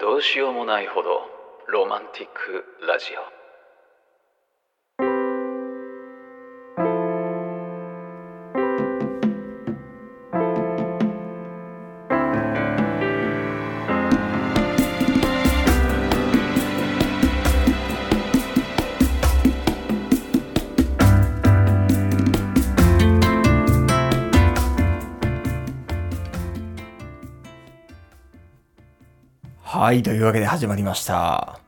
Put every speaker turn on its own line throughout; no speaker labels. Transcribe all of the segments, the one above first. どうしようもないほどロマンティックラジ
はい、というわけで始まりました。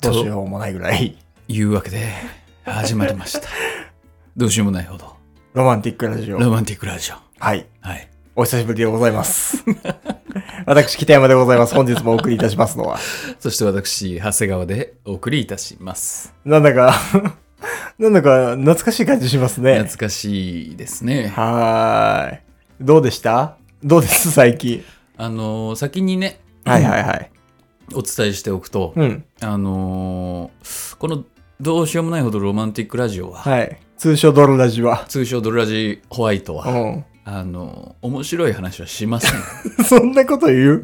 ど
と
うしようもないぐらい、
いうわけで始まりました どうしようもないほど
ロマンティックラジオ。
ロマンティックラジオ
はい、
はい
お久しぶりでございます。 私、北山でございます。本日もお送りいたしますのは。
そして私長谷川でお送りいたします
なんだか、 なんだか懐かしい感じしますね。
懐かしいですね
はーい。どうでしたどうです、最近。
あの先にね
はいはいはい。
お伝えしておくと
うん。
あのこのどうしようもないほどロマンティックラジオは、
はい。通称ドロラジは。
通称ドルラジホワイト
う
は、
ん。
あの面白い話はしません
そんなこと 言う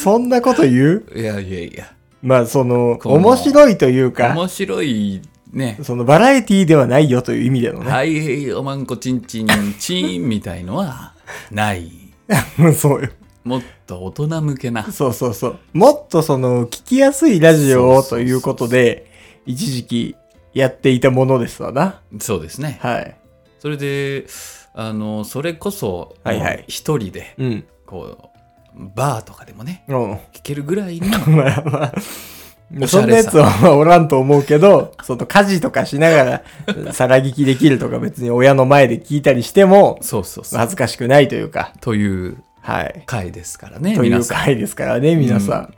そんなこと言う
いやいやいや
まあ、その、
この
面白いというか。
面白いね
そのバラエティではないよという意味でのね。
はいはいおまんこちんちんちーんみたいのはない
そうよ。
もっと大人向けな。
そうそうそう。もっとその、聞きやすいラジオをということで、一時期やっていたものですわな。
そうですね。
はい。
それで、あの、それこそ、
はいはい
一人で、
うん。
こう、バーとかでもね、
うん。
聞けるぐらいの、
まあまあ。
おし
そ
ゃ
んな
れ
や
さ
つはおらんと思うけど、その家事とかしながら、 さら聞きできるとか別に親の前で聞いたりしても、
そうそうそう、
恥ずかしくないというか、
という
はい。
回ですからね、
とい
皆
う
さん。
回ですからね、皆さ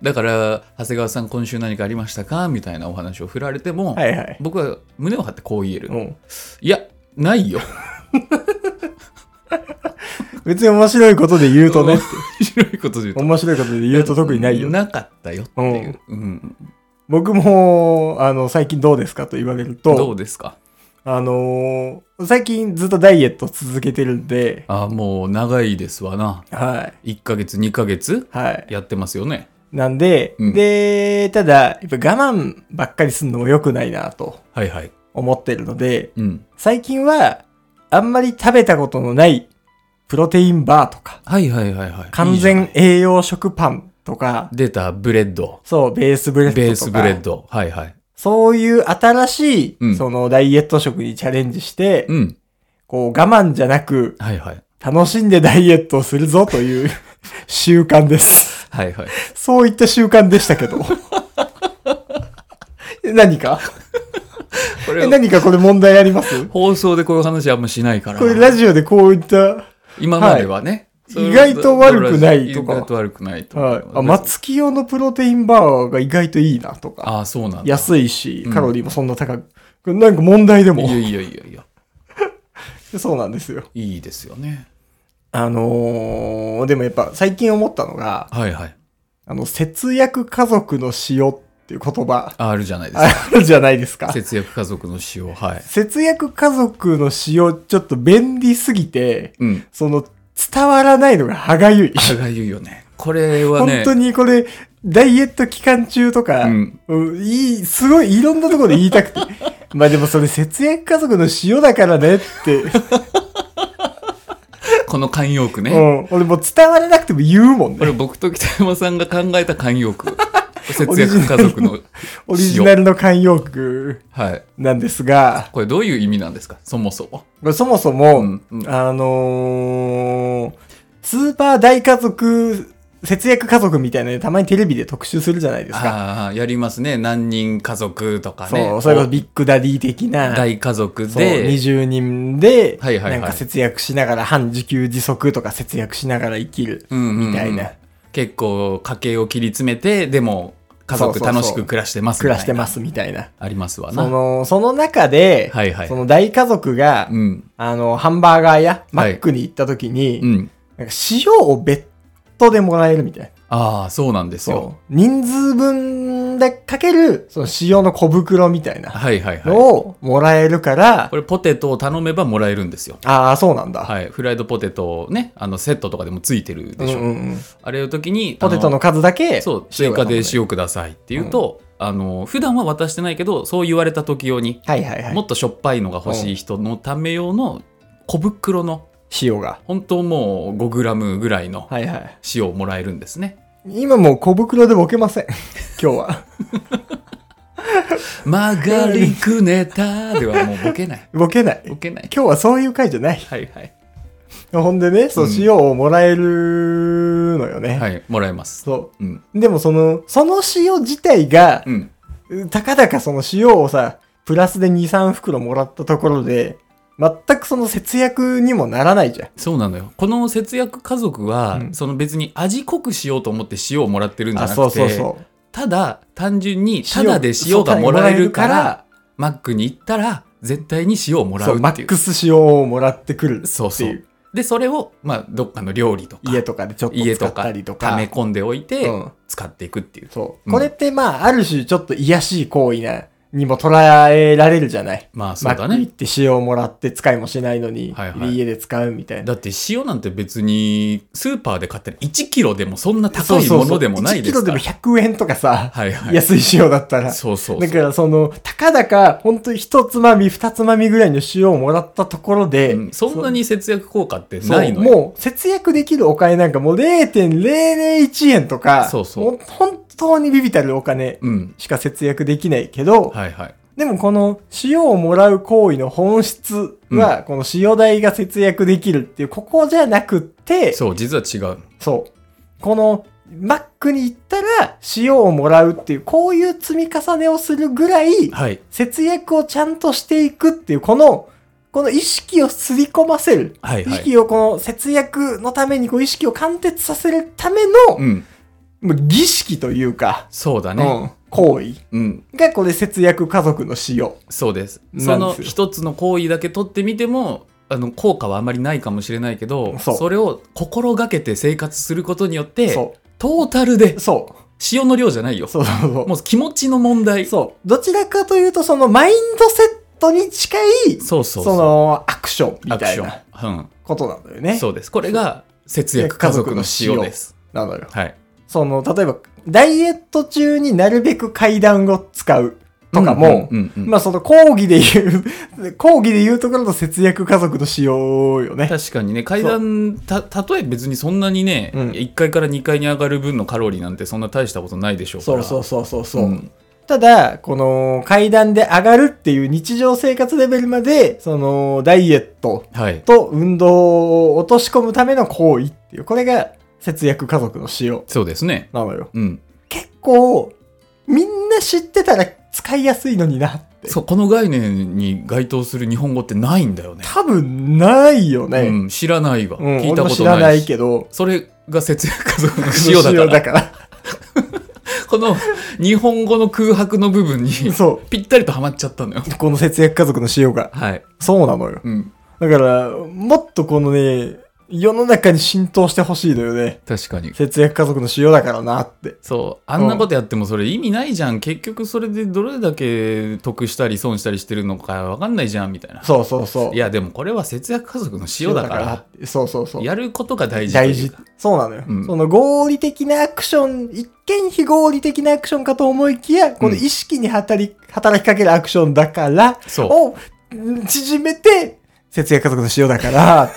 だから、長谷川さん、今週何かありましたかみたいなお話を振られても、
ん。はいはい。
僕は胸を張ってこう言える。
うん。
いや、ないよ。
別に面白いことで言うとねって、
白いことで言うと。
面白いことで言うと特にないよ。
なかったよっていう。うん
僕も、あの、最近どうですかと言われる
どう
と、
ですか
あのー最近ずっとダイエット続けてるんで、
あもう長いですわな。
はい。
1ヶ月、2ヶ月
はい。
やってますよね。
なんで、
うん
で、ただ、やっぱ我慢ばっかりするのも良くないなと
はいはい。
思ってるので、
うん。
最近は、あんまり食べたことのない、プロテインバーとか、
はいはいはいはい。
完
いい
全
じ
栄養食パンとか
ゃん。、出た、ブレッド。
そう、ベースブレッドとか、
ベースブレッド。はいはい。
そういう新しい、
うん
その、ダイエット食にチャレンジして、
うん。
こう、我慢じゃなく、
はいはい。
楽しんでダイエットをするぞという 習慣です。
はいはい。
そういった習慣でしたけ ど。え何か
こ
え
れ
何かこれ問題あります
放送でこういう話あんましないから
こ。れラジオでこういった、
今まではね。
はい意外と悪くないとか
意外と悪くないとか。
はい、あ、
別に
松木用のプロテインバーが意外といいなとか、
あ、そうなんだ。
安いし
う、ん
カロリーもそんな高く、これなんか問題で
い
も
や、いやいやいや。
そうなんですよ。
いいですよね。
あのー、でもやっぱ最近思ったのが、
はいはい。
あの、節約家族の塩っていう言葉、
あるじゃないですか。
あるじゃないですか。
節約家族の使用。はい。
節約家族の使用ちょっと便利すぎて、
うん。
その伝わらないのが歯がゆい。
歯がゆいよね。これは
本
ね。
当にこれ、ダイエット期間中とか、
うん
うんいい、すごいいろんなところで言いたくて。 まあでもそれ節約家族の塩だからね って、
この慣用句ね。
うん、俺もう伝わらなくても言うもん
これ
ね。
僕と北山さんが考えた慣 用句節約家族の
オリジナルの慣用句
はい
なんですが、
これどういう意味なんですかそもそも
これそもそも、
うんうん
あのースーパー大家族、節約家族みたいなね、たまにテレビで特集するじゃないですか。
ああやりますね何人家族とかね
そう、それこそ
こ
ビッグダディ的
う
な。
大家族
そう、
で
20人で、
はいはいはい
なんか節約しながら、半自給自足とか節約しながら生きる、
うんうんうん
みたいな、
結構家計を切り詰めてでも家
そう
族
そうそう
楽しく暮らしてますみ
暮
たい
ら
な
してますみたいな。
ありますわな
その、その中で、
はいはい
その大家族が、
うん
あの、ハンバーガーやマックに行った時に、
うん
なんか塩を別途でもらえるみたいな。
ああそうなんですよ
そう。人数分んだかける、その使用の小袋みたいな
はいはいはい。
のをもらえるから、
これポテトを頼めばもらえるんですよ。
ああ、そうなんだ。
はい。フライドポテトね、あのセットとかでもついてるでしょ。
うんうんうん
あれの時に、
ポテトの
あ
数だけ、
そう、追加で
よ
塩くださいって言うと、あの、普段は渡してないけど、そう言われた時用に、
はいはいは
も
い。
っとしょっぱいのが欲しい人のため用の小袋の、
塩が。
本当もう5グラムぐらいの
はいはい。
塩をもらえるんですね。
今もう小袋でボケません。 今日は。
曲がりくねたではもうボケない。
ボケない。
ボ
今
ケない。
日はそういう回じゃない。
はいはい。
ほんでね、そうう、
ん
塩をもらえるのよね。
はい、もらえます。
そ
うん。
う。でもその、その塩自体が
う、ん。
たかだかその塩をさ、プラスで2、3袋もらったところで、全くその節約にもならないじゃん。
そうなのよ。この節約家族は、
うん
その別に味濃くしようと思って塩をもらってるんじゃ
あ、
なくて、
そうそうそう。
ただ単純に
塩
ただで塩がもら
そうただも
えるから
らえるから
マックに行ったら絶対に塩をもらう
そうマ
って
ッ
いう。
クス塩をもらってくるっていう
そうそう。で、それを、まあ、どっかの料理とか、
家とかでちょっと
家
使
と
っ
か
たりとか
溜め込んでおいて、
うん
使っていくっていう。
そう、
うん
これってまあある種ちょっと癒やしい行為なにも捉えられるじゃない
まあ、そうだ
マック
ね
行。って塩をもらって使いもしないのに、
はいはい
で家で使うみたいな
だって塩なんて別にスーパーで買ったら1キロでもそんな高いものでもないです
そう
から。
そうそう1キロでも100円とかさ、
はいはい。
安い塩だったら
そうそう
だ
そ
か
う。
らそのたかだか本当に一つまみ二つまみぐらいの塩をもらったところで、
うんそんなに節約効果って
そう
ないのよ。
もう節約できるお金なんかもう0.001円とか
そうそう
も本当にビビたるお金
うん。
しか節約できないけど、
はいはい。
でもこの塩をもらう行為の本質は、この塩代が節約できるっていうここじゃなくって、
そう、実は違う。
そう。このマックに行ったら塩をもらうっていう、こういう積み重ねをするぐらい、
はい。
節約をちゃんとしていくっていう、この、この意識をすり込ませる。
はい
意
はい。
識をこの節約のためにこう意識を貫徹させるための、
うん。
もう儀式というか、
そうだね。
うん行為
うん。
がこれ節約家族の塩。
そうです。
なんですよ
その一つの行為だけ取ってみても、あの効果はあまりないかもしれないけど、
そう
れを心がけて生活することによって、
そ
トータルで
う。そう。
塩の量じゃないよ。
そうそうそう。
もう気持ちの問題。
そう。どちらかというと、そのマインドセットに近い、
そうそう
そのアクションみ
アク
たい
シ
な
ョン。
ことなんだよ
うん。
ね。
そうです。これが節約家族の塩です。
なのよ。
はい。
その、例えば、ダイエット中になるべく階段を使うとかも、
うんうんうんうん
まあその講義で言う、 講義で言うところの節約家族の仕様よね。
確かにね階段たたとえ別にそんなにね、
うん
1階から2階に上がる分のカロリーなんてそんな大したことないでしょうか
そう
ら
そう
そ
そうそうそう。
ん
ただ、この階段で上がるっていう日常生活レベルまで、そのダイエット
はい
と運動を落とし込むための行為っていう、これが節約家族の仕様
そうですね
なのよ。
うん
結構、みんな知ってたら使いやすいのになって。
そうこの概念に該当する日本語ってないんだよね、
多分ないよね。
うん、知らないわ、
うん、
聞いた
俺も
こ
知
と
ら
な
ないい
し
けど。
それが節約家族の塩 だか
塩
ら
だか
この日本語の空白の部分に
らそ
ぴったりとはまっちゃったのよ
う。この節約家族の塩が。
はい、
そうなのよ。
うん、
だから、もっとこのね、世の中に浸透してほしいのよね。
確かに
節約家族の塩だからなって。
そうあんなことやってもそれ意味ないじゃん、結局それでどれだけ得したり損したりしてるのか分かんないじゃんみたいな
そうそうそう。
いやでもこれは節約家族の塩だから
って。そうそうそう。
やることが大事という
大事。そうなのよ、
うん
その合理的なアクション、一見非合理的なアクションかと思いきや、この意識に働き働きかけるアクションだから、
そう
をうん縮めて、節約家族の塩だから、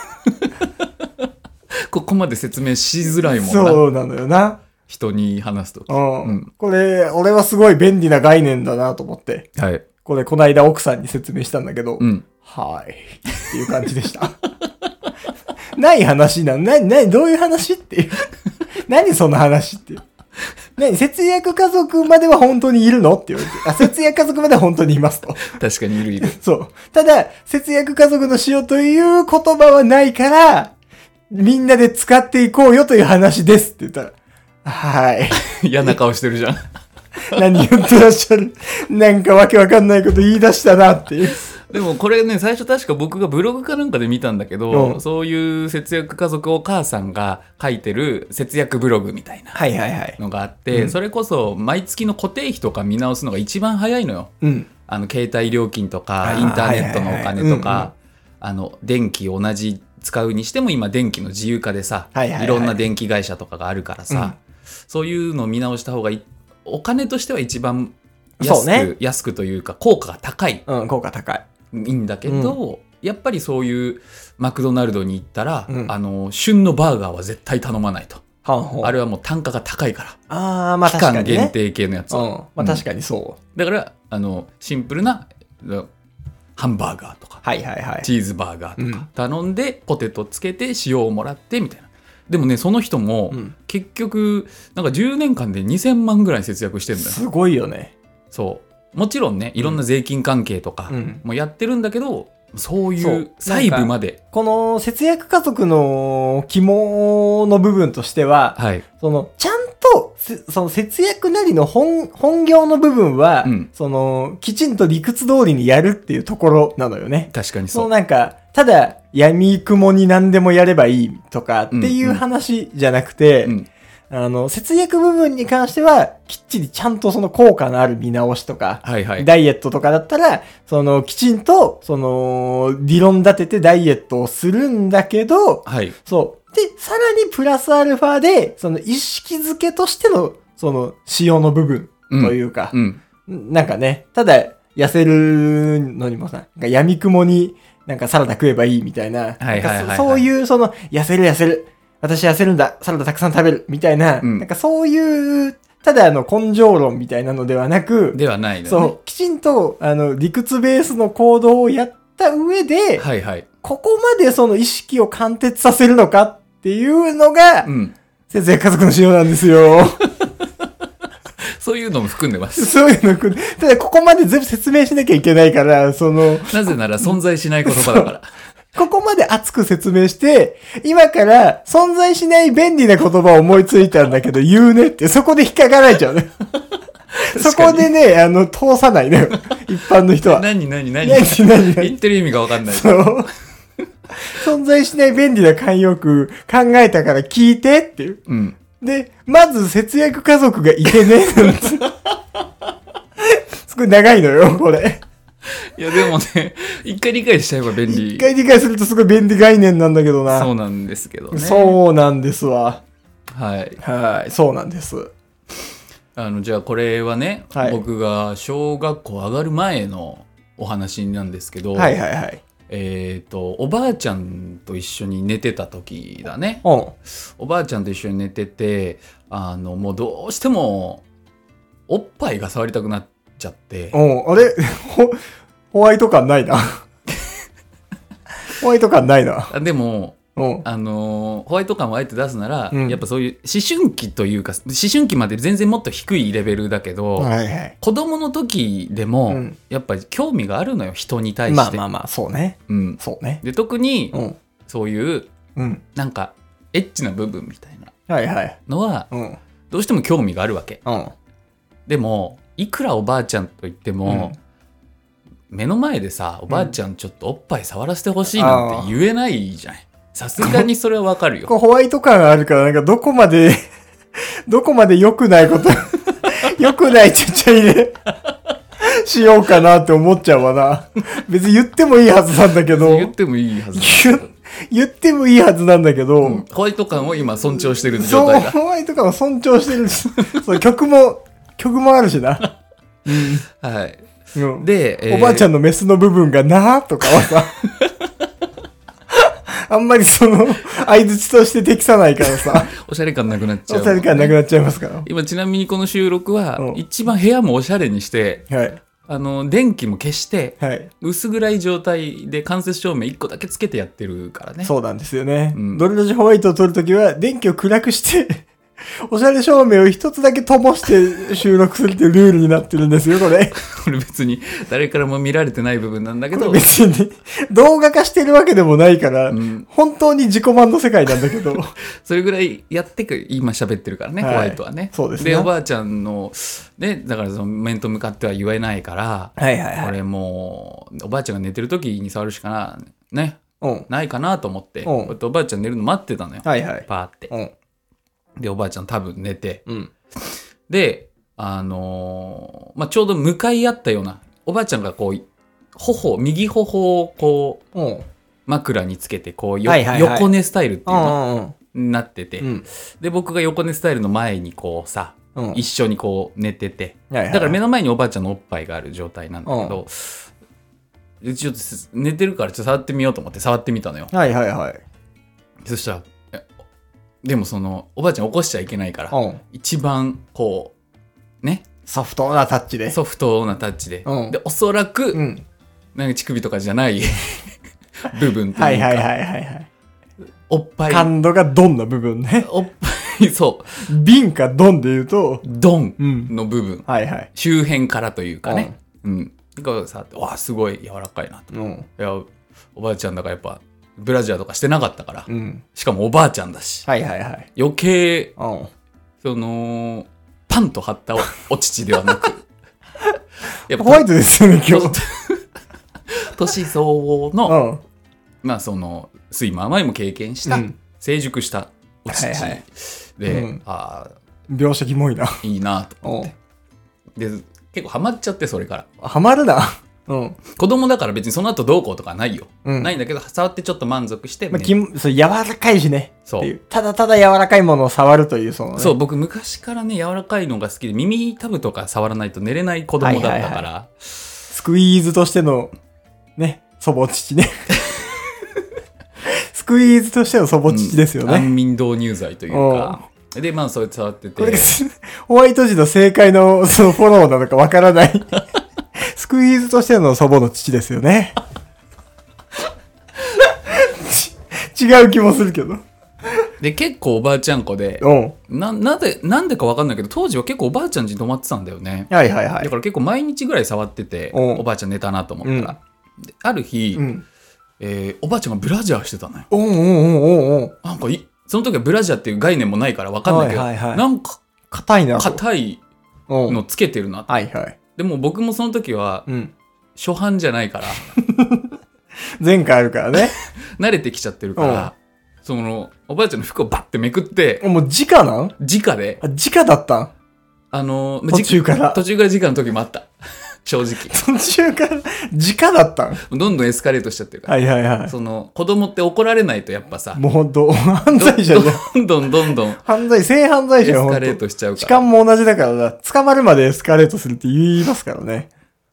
ここまで説明しづらいもんな
そうなのよな。
人に話すとき
うん。
うん
これ、俺はすごい便利な概念だなと思って、
はい
これ、こないだ奥さんに説明したんだけど、
うん
はい。っていう感じでした。 ない話なの何、何、どういう話っていう。何その話っていう。何、節約家族までは本当にいるのって言われて。あ、節約家族までは本当にいますと。
確かにいる いる
そう。ただ、節約家族のしようという言葉はないから、みんなで使っていこうよという話ですって言ったら。はい。
嫌な顔してるじゃん
何言ってらっしゃる。なんかわけわかんないこと言い出したなっていう。
でもこれね最初確か僕がブログかなんかで見たんだけど、
うん
そういう節約家族お母さんが書いてる節約ブログみたいな
はいはいはい。
のがあって、
うん
それこそ毎月の固定費とか見直すのが一番早いのよ
うん。
あの携帯料金と
あ
か
ー
インターネットのお金と
はいはいはいうんうん
かあの電気同じ使うにしても今電気の自由化でさ、
はい
い
はいはい
ろんな電気会社とかがあるからさ、そういうのを見直した方がいいお金としては一番
そ
安
う
く,、
ね
安くというか効果が高い
うん、効果高い。
いいんだけど、やっぱりそういうマクドナルドに行ったら、
うん
あの旬のバーガーは絶対頼まないと、
はんほん
あれはもう単価が高いから、
あー、まあ
期
確か
間
に
限
ね。
定系のやつ
う
は、
ん。まあ確かにそう。
だからあのシンプルなうんハンバーガーとか、
はいはいはい。
チーズバーガーと
うん
か頼んで、ポテトつけて塩をもらってみたいなでもねその人も
うん
結局なんか10年間で2000万ぐらい節約してるんだよ
すごいよね。
そうもちろんねいろんな税金関係とか
うん
もやってるんだけど、そうい
そう
う細部まで
この節約家族の肝の部分としては、
はい
その、ちゃんと、せその節約なりの本、本業の部分は、
うん
その、きちんと理屈通りにやるっていうところなのよね。
確かに
そ
そうう
なんか、ただ、闇雲に何でもやればいいとかってい
ん
う
う
うん話じゃなくて、
うん
あの、節約部分に関しては、きっちりちゃんとその効果のある見直しとか、
はいはい
ダイエットとかだったら、その、きちんと、その、理論立ててダイエットをするんだけど、
はい
そう。で、さらにプラスアルファで、その意識づけとしての、その、使用の部分と
うん
いうか、
うん
なんかね、ただ痩せるのにもさ、なんか闇雲になんかサラダ食えばいいみたいな、
はいはいはいはい
なんかそそういうその、痩せる痩せる、私痩せるんだ、サラダたくさん食べるみたいな、
うん
なんかそういう、ただあの根性論みたいなのではなく、
ではないのよね
そう、きちんとあの理屈ベースの行動をやった上で、
はいはい
ここまでその意識を貫徹させるのかっていうのが、
うん
節約家族の仕様なんです よ。
そういうのも含んでます
そういうのく、ただここまで全部説明しなきゃいけないから、その、
なぜなら存在しない言葉だから
ここまで熱く説明して、今から存在しない便利な言葉を思いついたんだけど言うねって、そこで引っかかられちゃうね。そこでね、あの、通さないのよ。一般の人は。
何何何
何何何
言ってる意味が分かんない
そう。存在しない便利な慣用句考えたから聞いてっていう。
うん
で、まず節約家族がいてね。なんつすごい長いのよ、これ。
いやでもね 一回理解しちゃえば便利
一回理解するとすごい便利概念なんだけどな。
そうなんですけどね
そうなんですわ。
はい
はい、そうなんです。
あのじゃあこれはね、
はい
僕が小学校上がる前のお話なんですけど、
はいはいはい。
えっ、とおばあちゃんと一緒に寝てた時だね
うん。は
おばあちゃんと一緒に寝ててあのもうどうしてもおっぱいが触りたくなっちゃって
うん。あれ ホホワイト感ないな。 ホワイト感ないな。
あでも
うん。
あのーホワイト感をあえて出すなら、
うん
やっぱそういう思春期というか思春期まで全然もっと低いレベルだけど、
はいはい。
子供の時でも、
うん
やっぱり興味があるのよ人に対して、
まあまあまあ、そうね。
うん、
そうね。
で特に
うん。
そういう
うん。
なんかエッチな部分みたいな
はいはい。
のは
うん。
どうしても興味があるわけ
うん。
でもいくらおばあちゃんと言っても、目の前でさおばあちゃんちょっとおっぱい触らせてほしいなんて言えないじゃんさすがにそれはわかる
こ
よ
うホワイト感あるから、なんかどこまで、 どこまで良くないこと、 良くないちっちゃいね。 しようかなって思っちゃうわな。別に言ってもいいはずなんだけど、
言ってもいいはずだ
言っ言ってもいいはずなんだけど、
うんホワイト感を今尊重してる状
そう、
態だ
ホワイト感を尊重してるし そう、曲も、曲もあるしな。
はい
うん
で、えー
おばあちゃんのメスの部分がなーとかは さ、あんまりその、相槌として適さないから さ、
おしゃれ感なくなっちゃ
お
う
さり感なくなっちゃいますから。
今ちなみにこの収録は
うん
一番部屋もおしゃれにして
はい。
あの電気も消して
はい。
薄暗い状態で間接照明1個だけつけてやってるからね
そうなんですよね。
うん
ドルラジホワイトを撮るときは、電気を暗くして、おしゃれ照明を一つだけ灯して収録するっていうルールになってるんですよ、これ。
これ別に誰からも見られてない部分なんだけ
これ
ど、
別に動画化してるわけでもないから、
うん
本当に自己満の世界なんだけ ど。
それぐらいやってく今喋ってるからね、
はい
ホワイトはね。
そうですね
おばあちゃんの、ね、だからその面と向かっては言えないから、
はいはい
こ
はい。
れもう、おばあちゃんが寝てる時に触るしかな、ね、
うん。
ないかなと思って、
ん
こうやっておばあちゃん寝るの待ってたのよ。
はいはい。
パーって。
うん。
で、おばあちゃん多分寝て。
うん。
で、あのーまあ、ちょうど向かい合ったような、おばあちゃんがこう、頬、右頬をこう、
うん。うん
枕につけて、こう、よ
はいはいはい
横寝スタイルっていう
う
の
んうん。
になってて、
うん。
で、僕が横寝スタイルの前にこうさ、
うん。
一緒にこう寝てて、
はいはい
だから目の前におばあちゃんのおっぱいがある状態なんだけど、でちょっとす寝てるからちょっと触ってみようと思って触ってみたのよ。
はいはいはい。
そしたら、えでもその、おばあちゃん起こしちゃいけないから、
うん。
一番こう、ね、
ソフトなタッチで。
ソフトなタッチで、
うん
で、おそらく、
うん。
なんか乳首とかじゃない 部分というか、
はいはいはいはいはい。
おっぱい、
感度がドンな部分ね。
おっぱい、 そう、
瓶かドンで言うと、
ドン
うん。
の部分、
はいはい。
周辺からというかね、うん。がさ、わあ、すごい柔らかいなと。
うん。
いや、おばあちゃんだからやっぱ、ブラジャーとかしてなかったから
う、ん。
しかもおばあちゃんだし、
はいはいはい。
余計、
うん。
その、パンと張ったおお乳ではなく、やっ
ホワイ
ぱ、
トですよね、今
ちょっ
日。
年相応
う
の、
ん。
まあその、睡魔前も経験した、
うん
成熟したお乳で、
はいはいうん
あ
描写キモいな。
あ、いいなと思
う
っ
ん
て。。で、結構ハマっちゃって、それから。
ハマるな。うん。
子供だから別にその後どうこうとかないよ。
うん
ないんだけど、触ってちょっと満足して、
まあ、
ね
キモそう柔らかいしね。
そう
っていう。ただただ柔らかいものを触るという、そのね。
そう、僕昔からね、柔らかいのが好きで、耳タブとか触らないと寝れない子供だった
はい
か
は
ら、
スクイーズとしての、ね、祖母父 ね。スクイーズとしての祖母父ですよね。
安眠導入剤というか。で、まあ、それ触ってて
これ、がすホワイト時の正解のそのフォローなのかわからない。 スクイーズとしての祖母の父ですよね。 ち違う気もするけど。
で、結構おばあちゃん子で、
うん。
な、なぜ、なんでかわかんないけど、当時は結構おばあちゃん家に泊まってたんだよね。
はいはいは
だ
い
か。ら結構毎日ぐらい触ってて、
うん
おばあちゃん寝たなと思ったら。である日、
うん。
えーおばあちゃんがブラジャーしてたのよ。
おんおんおんおんおん。
なんかい、その時はブラジャーっていう概念もないからわかんないけど、
はいはいはい
なんか
硬いな。
硬い
うん。
のつけてるなって。
はいはい。
でも僕もその時は、
うん。
初版じゃな いから、
前回あるからね。
慣れてきちゃってるから、その、おばあちゃんの服をバッてめくって、
もう直なん
直で、
あ、直だったん
あの、
途中から
じ途中から直の時もあった。 正直。
途中から、直だったん
どんどんエスカレートしちゃってるから。
はいはいはい。
その、子供って怒られないとやっぱさ、
もうほんと、犯
ど
罪者じゃん。
んどんどんどん
犯罪、性犯罪
エ
者
ス
よ、ほ
カ
ん
レ
と
ー。トしちゃう
痴
から。
漢も同じだからな。捕まるまでエスカレートするって言いますからね。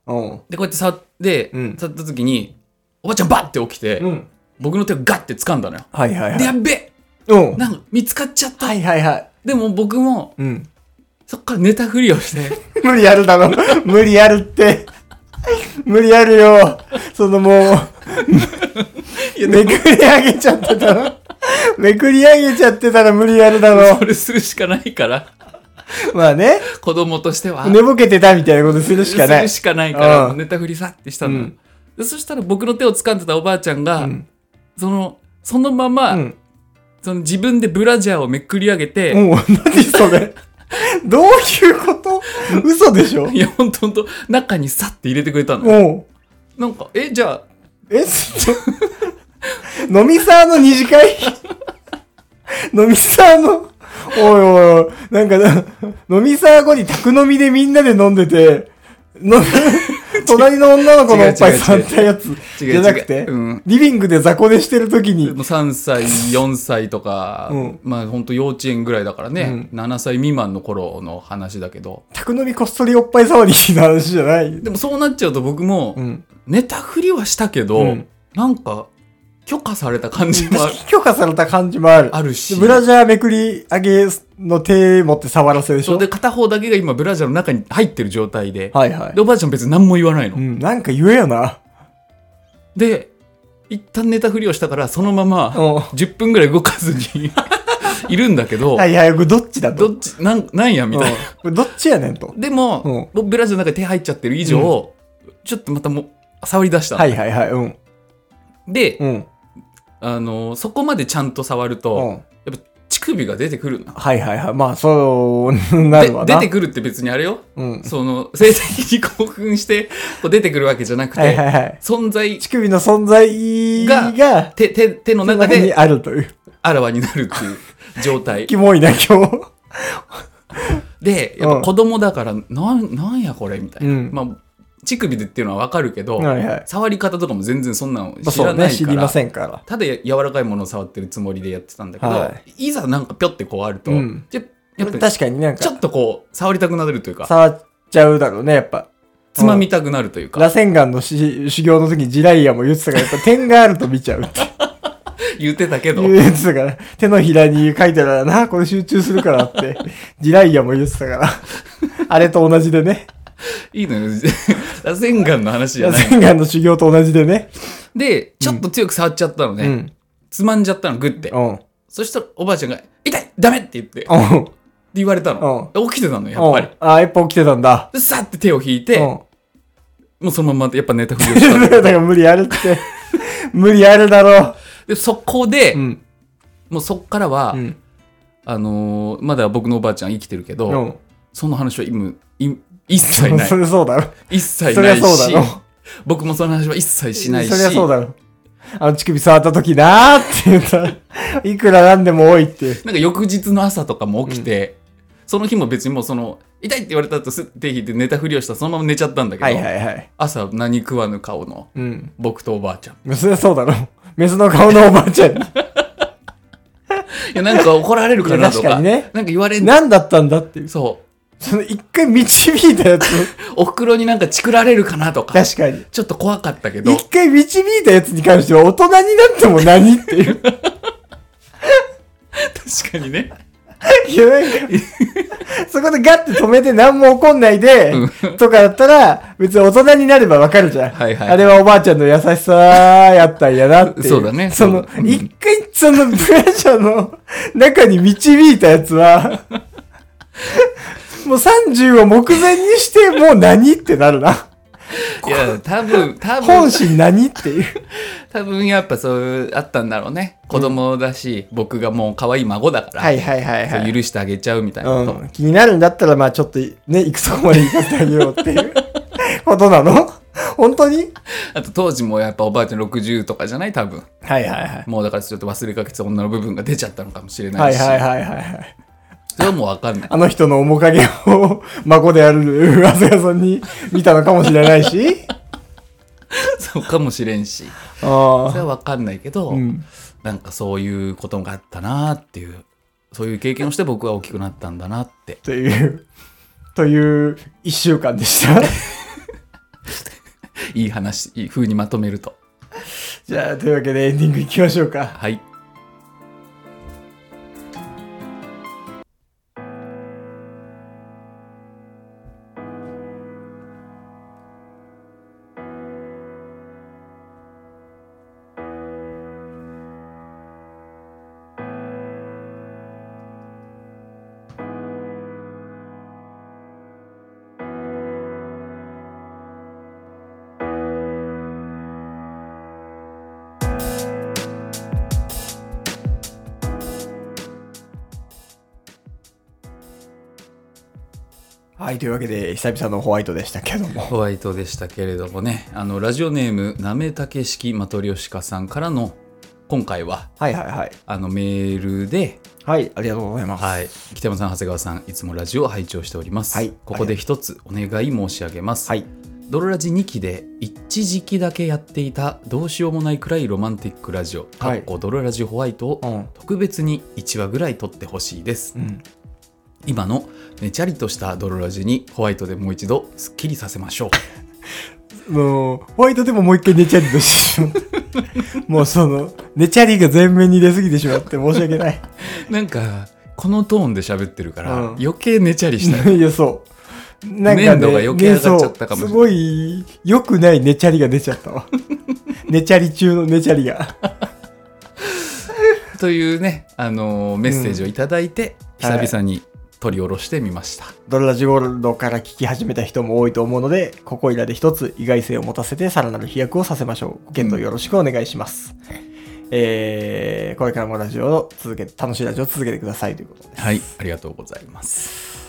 うん。
で、こうやって触って、
うん
触った時に、おばあちゃんバッて起きて、
うん。
僕の手をガッて掴んだのよ。
はいはい
で、
は
や
い。
っべ
うん。
なんか見つかっちゃった。
はいはいはい。
でも僕も、
うん。
そっから寝たふりをして、
無理やるだろ。無理やるって。無理やるよ。そのもう、めくり上げちゃってたら、めくり上げちゃってたら無理やるだろ
そ。れするしかないから、
まあね。
子供としては、
寝ぼけてたみたいなことするしかな
す
い
る。しかないから、
うん
寝たふりさってしたのよ、
うん
でそしたら僕の手を掴んでたおばあちゃんが、
うん
そのそのまま、
うん。
その自分でブラジャーをめくり上げて、
もう、何それ。どういうこと嘘でしょ
いやほんとほんと中にさって入れてくれたの、
も
なんかえじゃあ
う、え、ちょ飲みサーの二次会飲みサーの、おいおいおい、なんかな、飲みサー後に宅飲みでみんなで飲んでて、 飲む隣の女の子のおっぱい触ったやつ
違う違う
じゃなくて、
うん
リビングで雑魚寝してる時
もう
に、
3歳4歳とか、
うん
まあほんと幼稚園ぐらいだからね、7歳未満の頃の話だけど
宅飲みこっそりおっぱい触りの話じゃない。
でもそうなっちゃうと僕も、
うん。
寝たふりはしたけど、
うん
なんか許可された感じもある
許可された感じもある。
あるし
でブラジャーめくり上げの手持って触らせるでし
そ
ょ
うで片方だけが今ブラジャーの中に入ってる状態で、
はいはい
で。おばあちゃん別に何も言わないの、
うん、なんか言えよな。
で一旦寝たふりをしたからそのまま
うん
10分ぐらい動かずに いるんだけど、
はいはい、これどっちだと。
どっち、なん、なんやみたいな。
うんこれどっちやねんと。
でも、ロッベラジオの中に手入っちゃってる以上、ちょっとまたもう、触り出したの。
はいはいはい。うん。
で、
うん。
あの、そこまでちゃんと触る
う
と、
ん。
乳首が出てくるな。
はいはいはい。まあ、そう、な
で
るわ
出
な。
てくるって別にあれよ。
うん。
その、性的に興奮して、こう出てくるわけじゃなくて、
はいはいはい。
存在、
乳首の存在
が
が、
手、手、手の中
中に
で
あるという。
あらわになるっていう状 態。
キモいな、今日。
で、やっぱ子供だから、なん、なんやこれみたいな。
うん
まあ、乳首でっていうのはわかるけど、
はいはい。
触り方とかも全然そんなの
まあ
知
そ
ら
う
な
ね、
い
知
か
りま
ら。
せんから。
ただや柔らかいものを触ってるつもりでやってたんだけど、、
はい
ざなんかぴょってこうあると、
うん
じゃやっ
確
ぱり
かになん
ちょ
か、
っとこう触りたくなるというか
触っちゃうだろうね、やっぱ。
つまみたくなるというか、
螺旋岩のし修行の時にジライアも言ってたから、やっぱ点があると見ちゃうって
言ってたけど
言うやつだ から、手のひらに書いてあるからな、これ集中するからって、ジライアも言ってたから、 あれと同じでね、
いいのよ 螺旋岩の話じ ゃ
螺
ない
旋岩の修行と同じでね。
でちょっと強く触っちゃったのね、
うん。
つまんじゃったのグって、
うん。
そしたらおばあちゃんが「痛いダメ!」って言ってって
うん。
言われたの、起きてたのよやっぱり
うんあ、やっぱ起きてたんだ。
でさって手を引いうて、
ん。
もうそのままやっぱ寝たふりをしたの
だから無理あるって。無理あるだろ
でそこで、
う。うん。
もうそっからは、
うん。
あのーまだ僕のおばあちゃん生きてるけど、
うん。
その話は今、い一切ない
そ。れそうだろ。
一切
そり
な
ゃ
いし
そうだろ。
僕もその話は一切しないし、
そりゃそうだろ。あの乳首触った時なーって言ったら、いくらなんでも多いっていう。
なんか翌日の朝とかも起きて、その日も別にもうその、痛いって言われた後すって引いて寝たふりをしたらそのまま寝ちゃったんだけど、
はいはいはい。
朝何食わぬ顔の
うん。
僕とおばあちゃん。い
そりゃそうだろ。メスの顔のおばあちゃんに。
や、なんか怒られるかなと
いや
か、
確かにね
なんか言われん
何だったんだっていう。
そ
その一回導いたやつ。
う、お袋になんかチクられるかなとか、
確かに。
ちょっと怖かった けど、
一回導いたやつに関しては大人になっても何っていう。
確かにね。
いやなんか そこでガッて止めて何も怒んないで、とかだったら、別に大人になればわかるじゃん。
はいはい
あれはおばあちゃんの優しさやったんやなってい
そうだね
その
そうだ、うん
一回そのブラジャーの中に導いたやつ は、もう30を目前にして、もう何ってなるな。
いや、多分、多分
本、心何っていう。
多分やっぱそういうあったんだろうね子供だし、僕がもう可愛い孫だから、
はいはいはいはい
そう。許してあげちゃうみたいなこと、
うん、気になるんだったら、まあちょっと、ね、行くとこまで行かせてあげようっていうことなの本当に
あと当時もやっぱおばあちゃん60とかじゃない多分
はいはいはい。
もうだからちょっと忘れかけてた女の部分が出ちゃったのかもしれな
はいい
し、
はいはいはいはい。
それはもう分かんない
あの人の面影を孫である長谷川さんに見たのかもしれない し。
そうかもしれんしそれ
あ
は分かんないけど、
あ。うん。
なんかそういうことがあったなっていうそういう経験をして僕は大きくなったんだなって
という、という一週間でした。
いい話いい風にまとめると
じゃあ、というわけでエンディングいきましょうか。
はい
はい、というわけで、久々のホワイトでしたけども。
ホワイトでしたけれどもねあのラジオネームなめたけ式マトリョシカさんからの今回は
はいはいはい。
あのメールで、
はい、ありがとうございます。
はい、北山さん長谷川さんいつもラジオを拝聴しております、
はい
ここで一つお願い申し上げます、
はい。
ドロラジ2期で一時期だけやっていたどうしようもないくらいロマンティックラジオ、
は
はいい、ドロラジホワイト
う
を
ん。
特別に1話ぐらい撮ってほしいです
うん。
今のねちゃりとしたドロラジにホワイトでもう一度すっきりさせましょう
もう、ホワイトでももう一回寝ちゃりとしてしまった。 もうその、寝ちゃりが前面に出すぎてしまって申し訳ない。
なんかこのトーンで喋ってるから、
うん
余計寝ちゃり した よ
いや、そう。なんか、ね、
粘土が余計上がっちゃったか
ねそ
もしれない
うすごい、良くないネチ ャリが出ちゃったわ。ネチャリ中のネチャリが。
というね、あのーメッセージをいただいて、
うんはい
久々に取り下ろしてみました。
ドラジゴールドから聞き始めた人も多いと思うので、ここいらで一つ意外性を持たせてさらなる飛躍をさせましょう。ご検討よろしくお願いします。えー、これからもラジオを続けて、楽しいラジオを続けてくださいということで。
はい、ありがとうございます。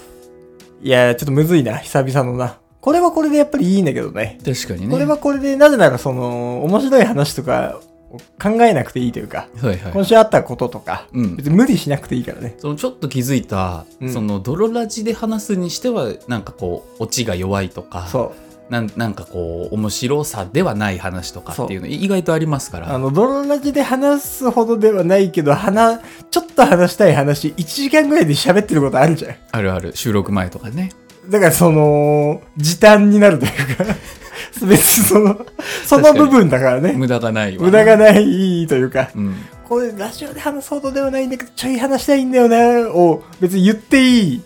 いやー、ちょっとむずいな、久々のな。これはこれでやっぱりいいんだけどね。
確かにね。
これはこれで、なぜならその、面白い話とかを考えなくていいというか、
はいはい
今週あったこととか、
うん
別に無理しなくていいからね。
そのちょっと気づいた、
うん
その泥ラジで話すにしてはなんかこうオチが弱いとか
そう。
なんなんかこう面白さではない話とかっていうの意外とありますから
あの、泥ラジで話すほどではないけど、話、ちょっと話したい話、1時間ぐらいで喋ってることあるじゃん。
あるある収録前とかね
だからその、時短になるというか、 別にその、その部分だからね、
無駄がないわ
無駄がないというか、
うん、
これラジオで話すほどではないんだけど、ちょい話したいんだよな、を別に言っていい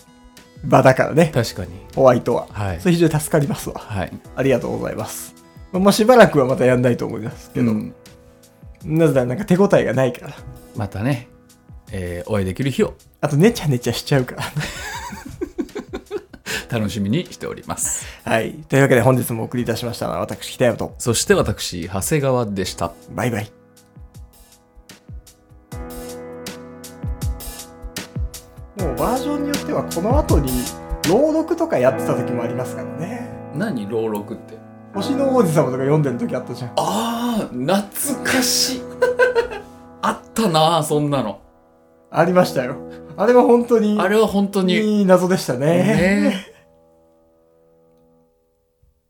場だからね、
確かに
ホワイトは。
はい
それ非常に助かりますわ。
はい
ありがとうございます。まあ、もうしばらくはまたやんないと思いますけど、
うん
なぜならなんか手応えがないから。
またね、えーお会いできる日を
あと、ねちゃねちゃしちゃう から。
楽しみにしております
はい。というわけで本日もお送りいたしましたのは私、北山と。
そして私長谷川でした
バイバイ。もうバージョンによってはこの後に朗読とかやってた時もありますからね。
何朗読って
星の王子様とか読んでる時あったじゃん。
ああ懐かしい あったなあそんなの
ありましたよ。あれは本当に、
あれは本当に
いい謎でしたね。
ね